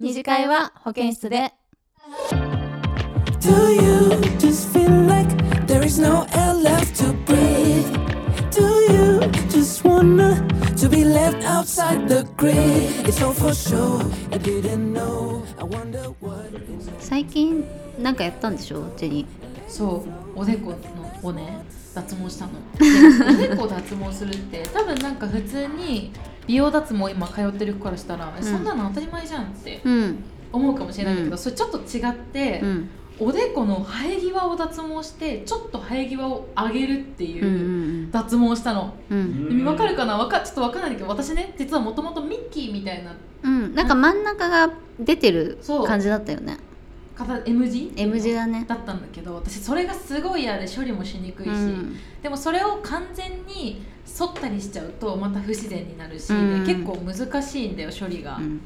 二次会は保健室で Do you just feel like there is no air left to breathe? Do you just wanna to be left outside the grid? It's all for sure. I didn't know. I wonder what. 最近なんかやったんでしょジェニーそうおでこの骨脱 毛したのでおでこ脱毛するって多分なんか普通に美容脱毛今通ってる子からしたら、えんそんなの当たり前じゃんってうん思うかもしれないんだけど、うんそれちょっと違って、うんおでこの生え際を脱毛してちょっと生え際を上げるってうんういうん脱毛したの、うんわかるかなわかちょっとわかんないんだけど私ね実はもともとミッキーみたいなうんなんか真ん中が出てるそう感じだったよね方 M 字 M 字だねだったんだけど私それがすごい嫌で処理もしにくいし、うんでもそれを完全に剃ったりしちゃうとまた不自然になるし、うんで結構難しいんだよ処理が。うん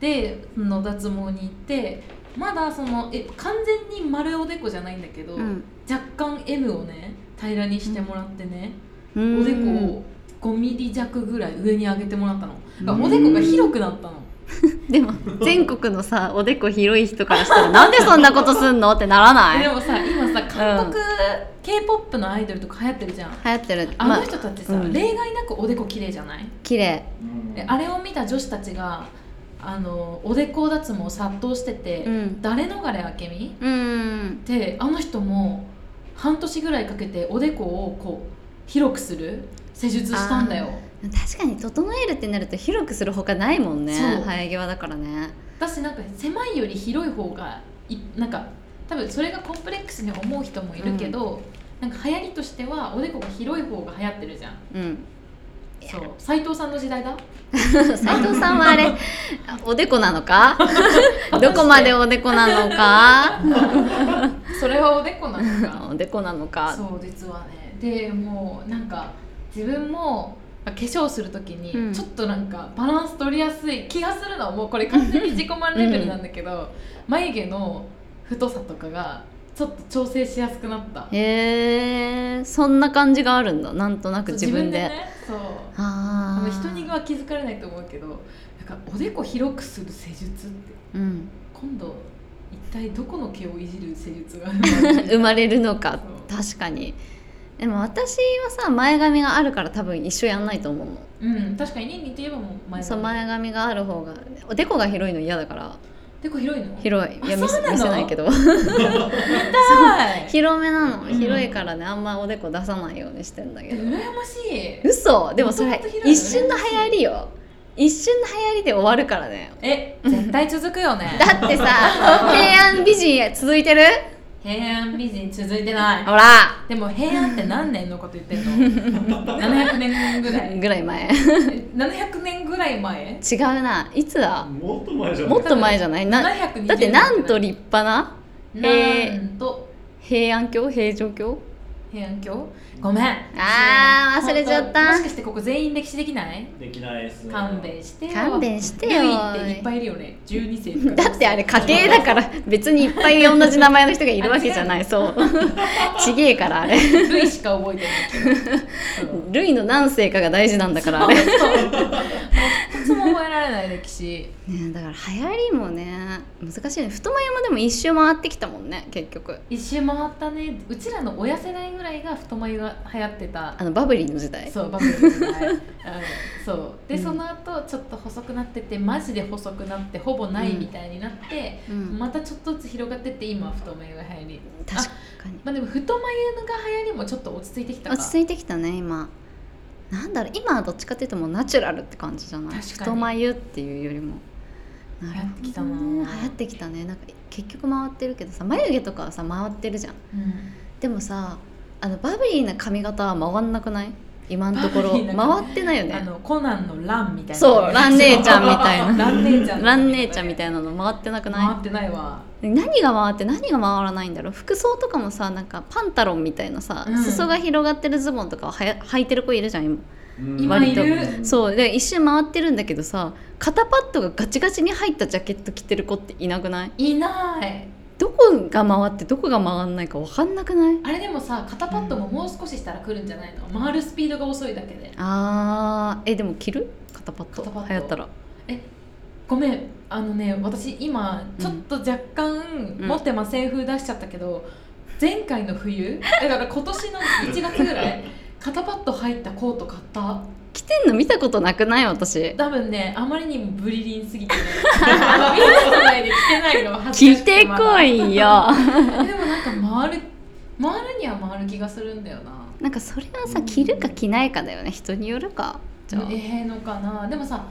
でその脱毛に行ってまだそのえ完全に丸おでこじゃないんだけど、うん若干 M をね平らにしてもらってね、うんおでこを5ミリ弱ぐらい上に上げてもらったのだうかんらおでこが広くなったの。でも全国のさおでこ広い人からしたらなんでそんなことすんのってならないえで流もさ今さ韓国 k p o p のアイドルとか流行ってるじゃん。行ってるあの人たちさ、うん例外なくおでこ綺麗じゃない綺麗であれを見た女子たちがあのおでこ脱毛殺到してて、うん誰逃れ明美うんってあの人も半年ぐらいかけておでこをこう広くする施術したんだよ確かに整えるってなると広くするほかないもんねそう生え際だからね私なんか狭いより広い方がいなんか多分それがコンプレックスに思う人もいるけど、なんか流行りとしてはおでこが広い方が流行ってるじゃんうんそう斉藤さんの時代だ 斉藤さんはあれおでこなのか どこまでおでこなのかそれはおでこな のかおでこなのかそう実はねでもうなんか自分も化粧するときに、うんちょっとなんかバランス取りやすい気がするのもうこれ完全に自己満レベルなんだけど、眉毛の太さとかがちょっと調整しやすくなったへえそんな感じがあるんだなんとなくそう自分でねそうああのあ人には気づかれないと思うけどなんかおでこ広くする施術ってうん今度一体どこの毛をいじる施術が生 生まれるのそうか確かにでも私はさ前髪があるから多分一緒やんないと思うのうん確かにね似て言えばもう前髪そう前髪がある方がおでこが広いの嫌だからでこ広いの広いいや見そせうなの見せないけ ど痛い広めなのうん広いからねあんまおでこ出さないようにしてんだけど羨ましい嘘でもそもれともと広いのね一瞬の流行りよ一瞬の流行りで終わるからねえ絶対続くよね だってさ 平安美人続いてる平安美人続いてないほらでも平安って何年のこと言って んの700年ぐらいぐらい前700年ぐらい前違うないつだもっと前じゃんもっと前じゃないな720だってなんと立派なえーなんと平安京平城京平安京ごめんあー忘れちゃった本当もしかしてここ全員歴史できないできないっすね勘弁してよ勘弁してルよイっていっぱいいるよね12世とかだってあれ家庭だから別にいっぱい同じ名前の人がいるわけじゃないそうちげえからあれルイしか覚えてないけ どそうルイの何世かが大事なんだ からあれ、ね いつも覚えられない歴史え、だから流行りもね難しいね太眉もでも一周回ってきたもんね結局一周回ったねうちらの親世代ぐらいが太眉が流行ってたあのバブリーの時代そうバブルの時 代あのそうで、うんその後ちょっと細くなっててマジで細くなってほぼないみたいになって、うん、またちょっとずつ広がってって今太眉が流行り確かにまあでも太眉が流行りもちょっと落ち着いてきたか落ち着いてきたね今なんだろう今はどっちかっていうともうナチュラルって感じじゃない確かに太眉っていうよりもなるほどね流行ってきたな流行ってきたねなんか結局回ってるけどさ眉毛とかはさ回ってるじゃんうんでもさあのバブリーな髪型は回んなくない今のところバブリーな回ってないよあねのコナンのランみたいなそうラン姉ちゃんみたいなラン姉ちゃんラン姉ちゃんみたいいなの回ってなく回なってないわい何が回って何が回らないんだろう服装とかもさなんかパンタロンみたいなさ、うん裾が広がってるズボンとかははや履いてる子いるじゃん今うん今いるうんそうで一瞬回ってるんだけどさ肩パッドがガチガチに入ったジャケット着てる子っていなくないいないどこが回ってどこが回んないか分かんなくないあれでもさ肩パッドももう少ししたら来るんじゃないの回るスピードが遅いだけであーえでも着る肩パッド肩パッド流行ったらごめんあのね私今うんちょっと若干うん持ってません風出しちゃったけど、前回の冬だから今年の1月ぐらい肩パッド入ったコート買った着てんの見たことなくない私多分ねあまりにもブリリンすぎて、ね、あの見たことないで着てないのは恥着ずかしくてまだこいよでもなんか回る回るには回る気がするんだよななんかそれはさ着るか着ないかだよね人によるかじゃあ、ええのかなでもさ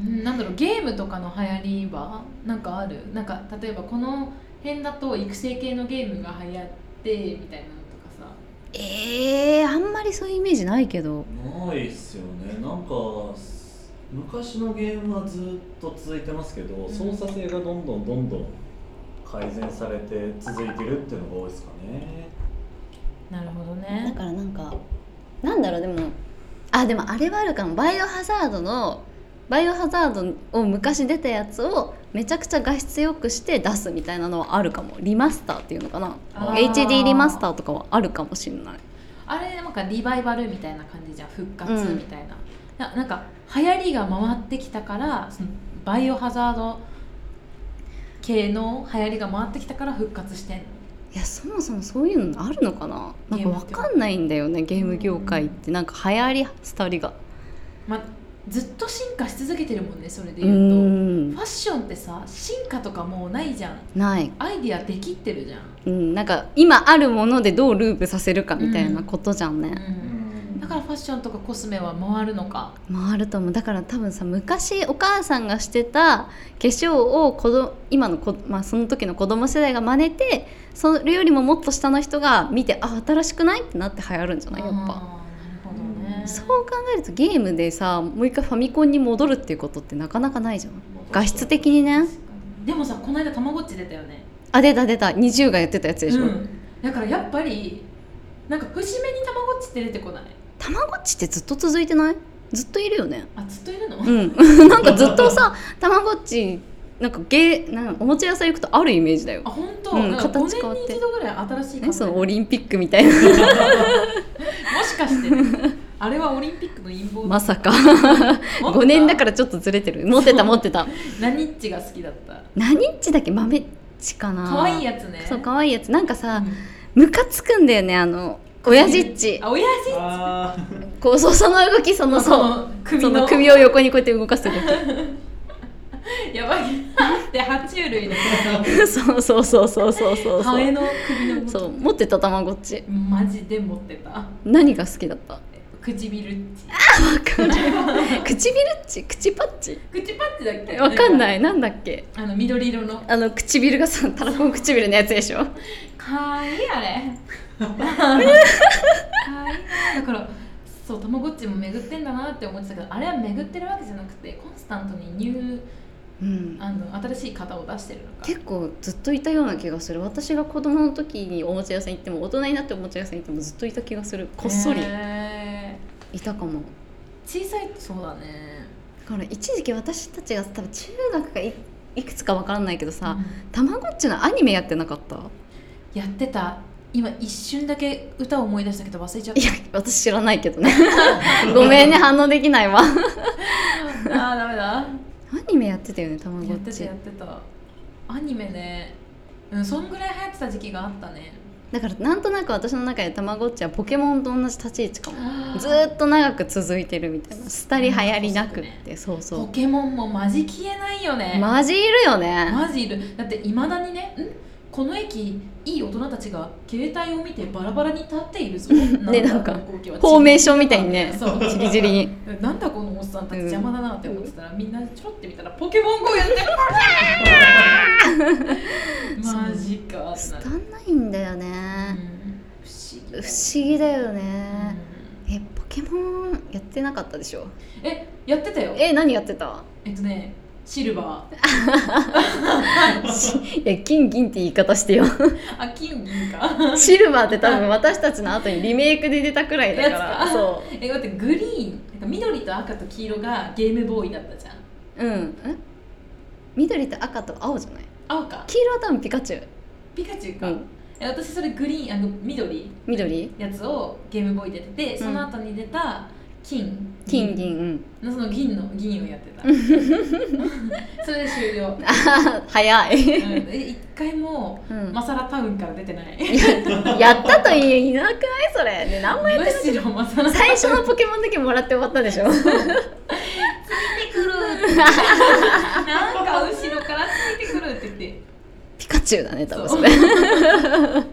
うんなんだろうゲームとかの流行りはなんかあるなんか例えばこの辺だと育成系のゲームが流行ってみたいなのとかさえー、あんまりそういうイメージないけどないっすよねなんかす昔のゲームはずっと続いてますけどん操作性がどんどんどんどん改善されて続いてるっていうのが多いですかねなるほどだねからなんかなんだろうでもあでもあれはあるかもバイオハザードのバイオハザードを昔出たやつをめちゃくちゃ画質よくして出すみたいなのはあるかもリマスターっていうのかなあー HD リマスターとかはあるかもしれないあれなんかリバイバルみたいな感じじゃん復活うんみたいな、ななんか流行りが回ってきたからそのバイオハザード系の流行りが回ってきたから復活してんのいやそもそもそういうのあるのかななんかわかんないんだよねゲーム業界ってなんか流行り廃りがまあ、ずっと進化し続けてるもんねそれでうー言んうと。ファッションってさ進化とかもうないじゃんない、アイディアできってるじゃん、うん、なんか今あるものでどうループさせるかみたいなことじゃんね、だからファッションとかコスメは回るのか回ると思うだから多分さ昔お母さんがしてた化粧を子ど今の子、まあ、その時の子供世代が真似てそれよりももっと下の人が見てあ新しくないってなって流行るんじゃないやっぱあーなるほどねそう考えるとゲームでさもう一回ファミコンに戻るっていうことってなかなかないじゃん画質的にねでもさこの間たまごっち出たよねあ出た出た20がやってたやつでしょ、うん、だからやっぱりなんか節目にたまごっちって出てこないたまごっちってずっと続いてないずっといるよね あずっといるの、うんなんかずっとさたまごっちなんかゲーなんおもちゃ屋さん行くとあるイメージだよあ本当、うんなんか形変わって5年に一度ぐらい新しいね、そのオリリンピックみたいなもしかして、ね、あれはオリンピックの陰謀まさか5 5年だかららちょっとずれてる持ってた持ってた何っちが好きだった何っちだっけ豆っちかな可愛いややつねそう可愛いやつなんかさうんムカつくんだよねあの親父っちあ親父あーこうそうその動きそのそそうの首そのの首を横にこうやって動かす時やばいで爬虫類の そうそうそうそうそうそうハエそうの首のそう持ってたたまごっちマジで持ってた何が好きだった わ唇っちかる唇っち口パッチ口パッチだっけわかんいないなんだっけあの緑色のあの唇がさたらこ唇のやつでしょかわいいあれかわいいなだからそうたまごっちも巡ってんだなって思ってたけどあれは巡ってるわけじゃなくてコンスタントにニューうんあの新しい型を出してるのか結構ずっといたような気がする私が子供の時におもちゃ屋さん行っても大人になっておもちゃ屋さん行ってもずっといた気がするこっそりへいたかもー小さいそうだねだから一時期私たちが多分中学がいいくつかわからないけどさ、うんたまごっちのアニメやってなかったやってた今一瞬だけ歌を思い出したけど忘れちゃっいや私知らないけど ねごめんね反応できないわア たあーダメだニメやってたよねたまごやっってたちやってたアニメねうんそんぐらい流行ってた時期があったねだからなんとなく私の中でたまごっちはポケモンと同じ立ち位置かもずっーっと長く続いてるみたいな廃り流行りなくってそうそポうケモンもマジ消えないよねマジいるよねマジいるだっていまだにねんこの駅いい大人たちが携帯を見てバラバラに立っているぞねなんかこの光景はフォーメーションみたいにね そうちりじりになんだこのおっさんたち邪魔だなって思ってたら、みんなちょろって見たらポケモン GO やってる マジかってな足るんないんだようんね不思不議だよ思議だよねうんえポケモンやってなかったでしょえやってたよええ何やってたっとねシルバーいや金銀って言い方してよあ金銀か シルバーって多分私たちの後にリメイクで出たくらいだからやつかそえ待ってグリーンなんか緑と赤と黄色がゲームボーイだったじゃんううんえ緑と赤と青じゃない青か黄色は多分ピカチュウピカチュウうか、んえ私それグリーンあの緑緑やつをゲームボーイで出ててその後に出た金金銀うんのその銀の銀を やってたそれで終了、うんあー早い、え一回もうんマサラタウンから出てないやったといいなくないそれ、ね、何もやっむてないしろマサラ最初のポケモンだけもらって終わったでしょくる なんか後ろからついてくるって言ってピカチュウだね多分そそうれそ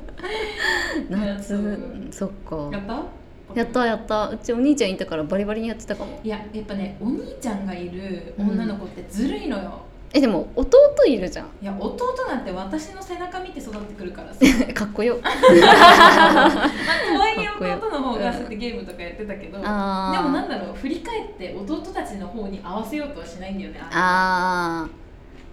夏うそっかやったやったやったうちお兄ちゃんいたからバリバリにやってたかもいややっぱねお兄ちゃんがいる女の子ってずるいのよ、えでも弟いるじゃん いや弟なんて私の背中見て育ってくるからさかっこ よとはいえかっこよ弟の方がそうやってゲームとかやってたけど、でもあーなんだろう振り返って弟たちの方に合わせようとはしないんだよねあー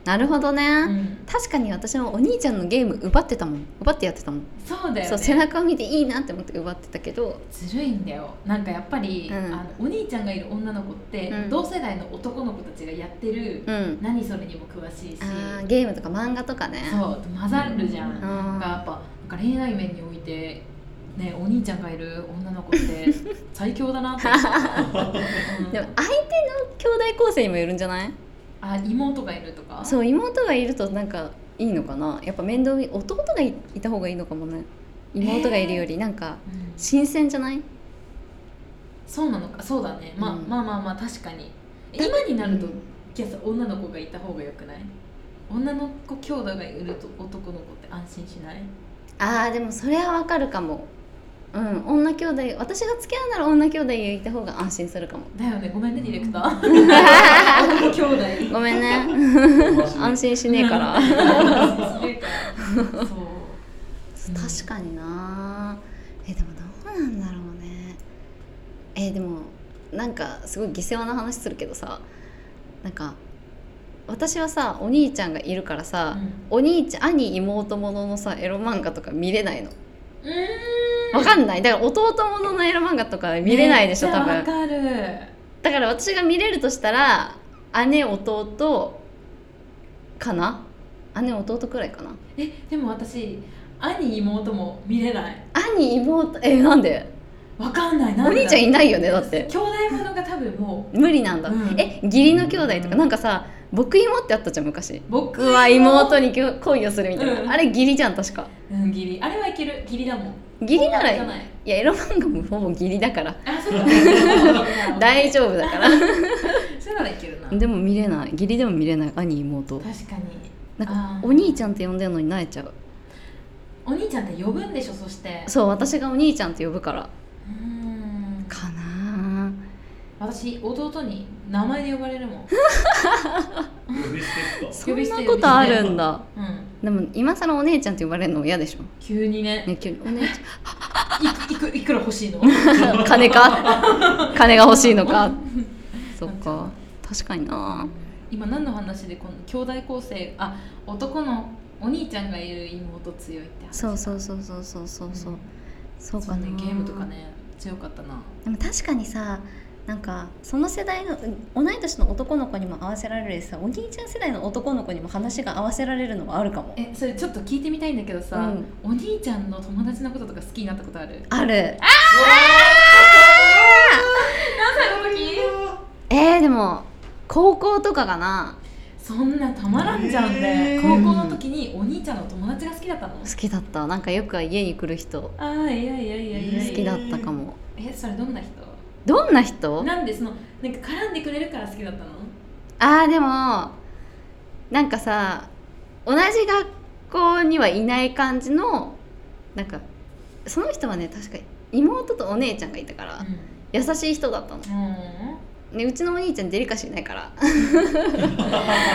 なるほどね、うん、確かに私もお兄ちゃんのゲーム奪ってたもん奪ってやってたもん、そうだよそうね背中を見ていいなって思って奪ってたけどずるいんだよなんかやっぱり、うんあのお兄ちゃんがいる女の子って、うん同世代の男の子たちがやってる、うん何それにも詳しいしあーゲームとか漫画とかねそう混ざるじゃん、うんなんかやっぱなんか恋愛面においてねお兄ちゃんがいる女の子って 最強だなって思った、うんでも相手の兄弟構成にもよるんじゃないあ妹がいるとかそう妹がいるとなんかいいのかなやっぱ面倒見弟がいいた方がいいのかもね妹がいるよりなんかうん新鮮じゃないそうなのかそうだね、まあうんまあまあまあ確かに今になると、うんキャス女の子がいた方がよくない女の子兄弟がいると男の子って安心しないあーでもそれはわかるかもうん女兄弟私が付き合うなら女兄弟がいた方が安心するかもだよねごめんねディレクタ ー男兄弟ごめんね安心しねえから 確そううんかになえでもどうなんだろうねえでもなんかすごい下世話な話するけどさなんか私はさお兄ちゃんがいるからさ、うんお兄ちゃん兄妹もののさエロ漫画とか見れないのうーんわかんないだから弟もののエロ漫画とか見れないでしょめっち多ゃ分わかるだから私が見れるとしたら姉弟かな姉弟くらいかなえでも私兄妹も見れない兄妹えなんでわかんないなんおだ兄ちゃんいないよねだって兄弟ものが多分も無理なんだ、うんえ義理の兄弟とうかんなんかさ僕妹ってあったじゃん昔う僕僕は妹に恋をするみたいな、うんあれ義理じゃん確かうん義理あれはいける義理だもん義理ならじゃないいやエロ漫画もほぼ義理だからあそう か大丈夫だからそれならいけるな確でも見れない義理でも見れない兄妹かになんあかーお兄ちゃんって呼んでるのに泣いちゃうお兄ちゃんって呼ぶんでしょそしてそう私がお兄ちゃんって呼ぶからうーんかなあ私弟に名前で呼ばれるもん呼び捨てっすかそんなことあるん だうんでも今更お姉ちゃんって呼ばれるのも嫌でしょ急にねね急にお姉ちいくいくいくら欲しいのゃん金 か金 が欲しいのかそっか確かにな今何の話でこの兄弟構成あ男のお兄ちゃんがいる妹強いって話そうそうそうそうそうそうそうそうそかうなねゲームとかね強かったなでも確かにさなんかその世代の同い年の男の子にも合わせられるしさお兄ちゃん世代の男の子にも話が合わせられるのはあるかもえそれちょっと聞いてみたいんだけどさ、うんお兄ちゃんの友達のこととか好きになったことあるある何歳の時えー、でも高校とかかなそんなたまらんじゃんね、えー高校の時にお兄ちゃんの友達が好きだったの、好きだったなんかよくは家に来る人ああいやいやいやいやいや好きだったかもえそれどんな人どんな人なんでそのなんか絡んでくれるから好きだったのあーでもなんかさ同じ学校にはいない感じのなんかその人はね確か妹とお姉ちゃんがいたから、う優しい人だったの、ん、う ん、ね、うちのお兄ちゃんデリカシーないから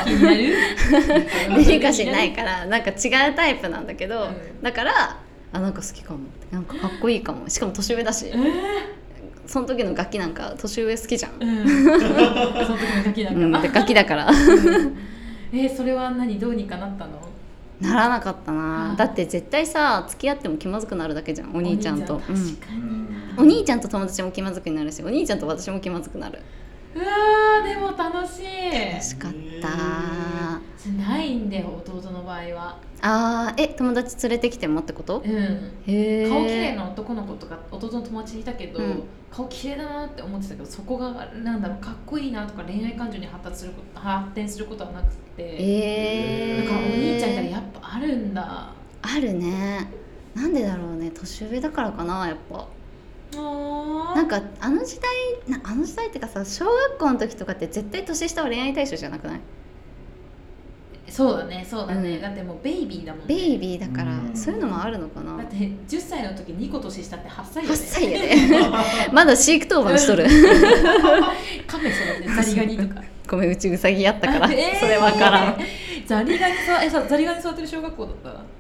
気になる デリカシーないからなんか違うタイプなんだけど、うんだからあなんか好きかもなんかかっこいいかもしかも年上だしえーその時の楽器なんか年上好きじゃん、うん、その時のガキだかうら、ん、で楽器だから えーそれは何どうにかなったのならなかったあなーだって絶対さ付き合っても気まずくなるだけじゃんお兄ちゃんとおう兄んちゃん確かうに、んお兄ちゃんと友達も気まずくなるしお兄ちゃんと私も気まずくなるうわーでも楽しい楽しかっへたーないいんだよ弟の場合はあーえ友達連れてきてもってことうんへえ顔綺麗な男の子とか弟の友達にいたけど、うん顔綺麗だなって思ってたけどそこがなんだろうかっこいいなとか恋愛感情に発達すること発展することはなくて、えなー、んかお兄ちゃんいたらやっぱあるんだあるねなんでだろうね年上だからかなやっぱななんかあの時代なあの時代ってかさ小学校の時とかって絶対年下は恋愛対象じゃなくないそうだねそうだね、うんだってもうベイビーだもんねベイビーだからうんそういうのもあるのかだなって10歳の時2個年下って8歳よ8ね歳やで まだ飼育当番しとる カメ育ててザリガニとかごめんうちウサギやったから、えーそれわからん ザリガニさえさザリガニ育てる小学校だっ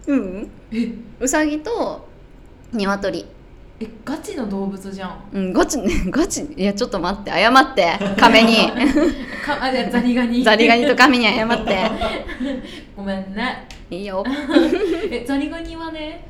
たうんえウサギと鶏えガチの動物じゃんうんガ チねガチいやちょっと待って謝って亀に かあじゃあザリガニザリガニと亀に謝っ ごめんねていいよえザリガニはね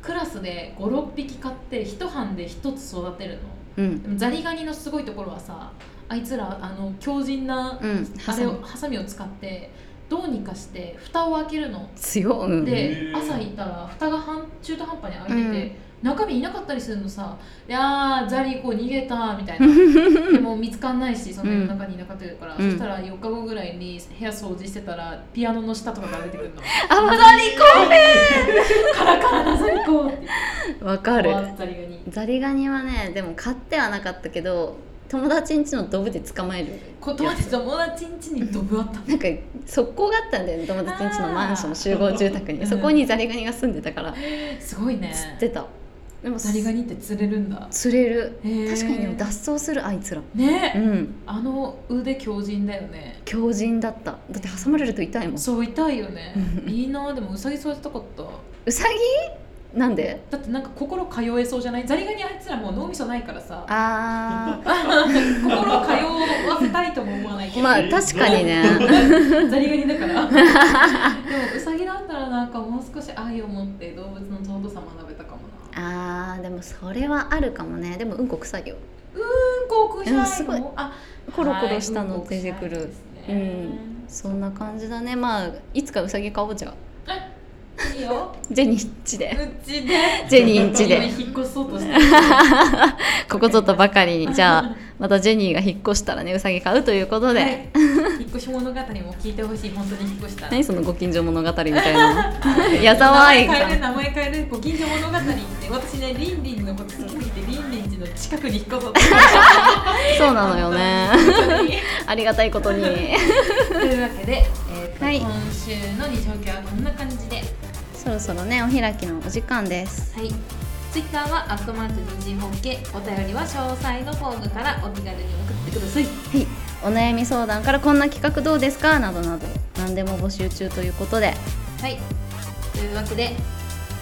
クラスで56匹飼って一班で1つ育てるのうんでもザリガニのすごいところはさあいつらあの強靭な、うんあれをハサミを使ってどうにかして蓋を開けるの強っうんでへー朝行ったら蓋が半中途半端に開いてて、中身いなかったりするのさ「いやーザリ子逃げた」み たいなでも見つかんないしその夜中にいなかったから、うんそしたら4日後ぐらいに部屋掃除してたらピアノの下とかから出て くるの「あまだザリ子めカラカラだザリ子」ってわかるザリガニザリガニはねでも飼ってはなかったけど友達ん家のドブで捕まえるこ友達友達ん家にドブあったなんか側溝があったんだよね友達ん家のマンション集合住宅あにーそこにザリガニが住んでたからすごいね釣ってたでもザリガニって釣れるんだ釣れるへー確かにでも脱走するあいつらうねんあの腕強靭だよね強靭だっただって挟まれると痛いもんそう痛いよねうんいいなでもウサギ育てたかったウサギなんでだってなんか心通えそうじゃないザリガニあいつらもう脳みそないからさあ 心を通わせたいとも思わないけーど、まあ確かにね ザリガニだから でもウサギだったらなんかもう少し愛を持って動物の尊さ学べたかもなあーでもそれはあるかもねでもうんこ臭いようんこうくしゃいうんすごいあコロコロしたのはい出てくるうんこくしゃいですうねんそんな感じだねまあいつかウサギ買おうじゃあい いよジェニーちでうちでジェニーんち 今で引っ越そうとしてここぞとばか りにじゃあまたジェニーが引っ越したらねうさぎ買うということで、はい、引っ越し物語も聞いてほしい本当に引っ越した何そのご近所物語みたい な矢沢愛名前変えるが名前変えるご近所物語って私ねりんりんのこと好きすぎてりんりんちの近くに引っ越そうとしてそうなのよ ねありがたいことにというわけで、えーとはい今週の二条鏡はこんな感じではい そろそろねお開きのお時間ですツイッターはアットマーク二次方形お便りは詳細のフォームからお気軽に送ってくださいはいお悩み相談からこんな企画どうですかなどなど何でも募集中ということではいというわけで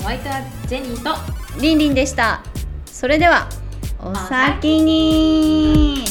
お相手はジェニーとりんりんでしたそれではお先に